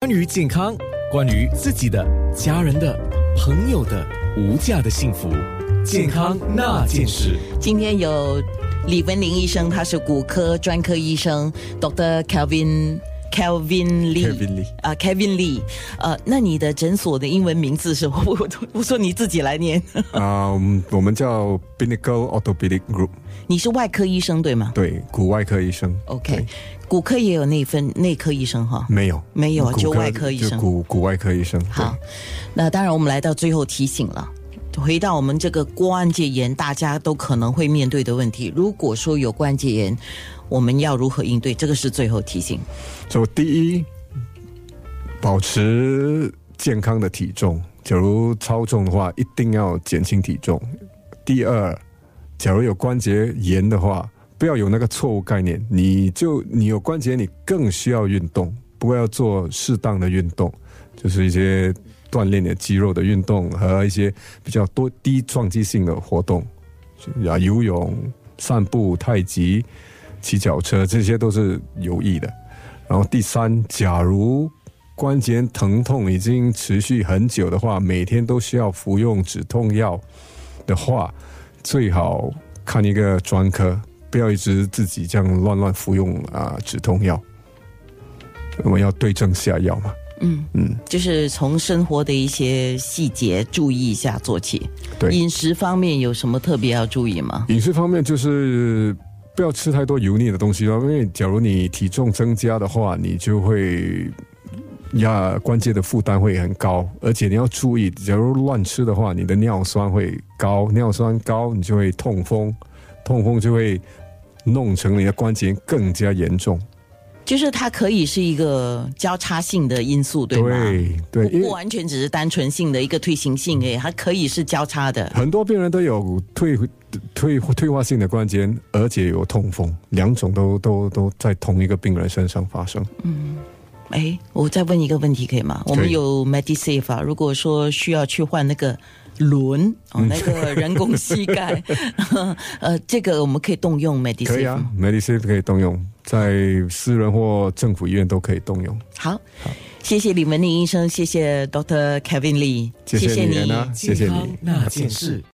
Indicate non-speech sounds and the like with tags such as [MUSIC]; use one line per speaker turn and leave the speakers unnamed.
关于健康，关于自己的、家人的、朋友的无价的幸福，健康那件事。
今天有李文林医生，他是骨科专科医生，Dr. Kelvin Kelvin Lee
Kevin Lee
啊、k e v i n Lee，呃，那你的诊所的英文名字是我我我说你自己来念， [LAUGHS]
啊、嗯我们叫 Pinnacle Orthopedic Group，
你是外科医生对吗
对，骨外科医生。
？OK，
对
骨科也有内分内科医生哈。
没有，
没有啊
骨
就外科医生
就骨骨外科医生。对
好，，那当然我们来到最后提醒了。回到我们这个关节炎，大家都可能会面对的问题。如果说有关节炎，我们要如何应对？这个是最后提醒。
就第一，保持健康的体重。假如超重的话，一定要减轻体重。第二，假如有关节炎的话，不要有那个错误概念，你就你有关节，你更需要运动，不过要做适当的运动，就是一些锻炼你的肌肉的运动和一些比较多低撞击性的活动，啊，游泳、散步、太极、骑脚车，这些都是有益的。然后第三，假如关节疼痛已经持续很久的话，每天都需要服用止痛药的话，最好看一个专科，不要一直自己这样乱乱服用啊、止痛药。我们要对症下药嘛，
嗯
嗯，
就是从生活的一些细节注意一下做起。
对。
饮食方面有什么特别要注意吗？
饮食方面就是不要吃太多油腻的东西了，因为假如你体重增加的话，你就会压关节的负担会很高，而且你要注意，假如乱吃的话，你的尿酸会高，尿酸高你就会痛风，痛风就会弄成你的关节更加严重。
就是它可以是一个交叉性的因素，对吗？
对，因
不
为
不完全只是单纯性的一个退行性诶，它可以是交叉的。
很多病人都有退退退化性的关节，而且有痛风，两种都都都在同一个病人身上发生。
哎，我再问一个问题可以吗？我们有 MediSafe 啊，如果说需要去换那个轮哦，
嗯
那个人工膝盖， [LAUGHS] 呃，这个我们可以动用 MediSafe
可以啊
吗
，MediSafe 可以动用，在私人或政府医院都可以动用。
好，谢谢李文林医生，谢谢啊 Dr. Kevin Lee，
谢谢你，安娜，谢谢
健康
你。
那件事。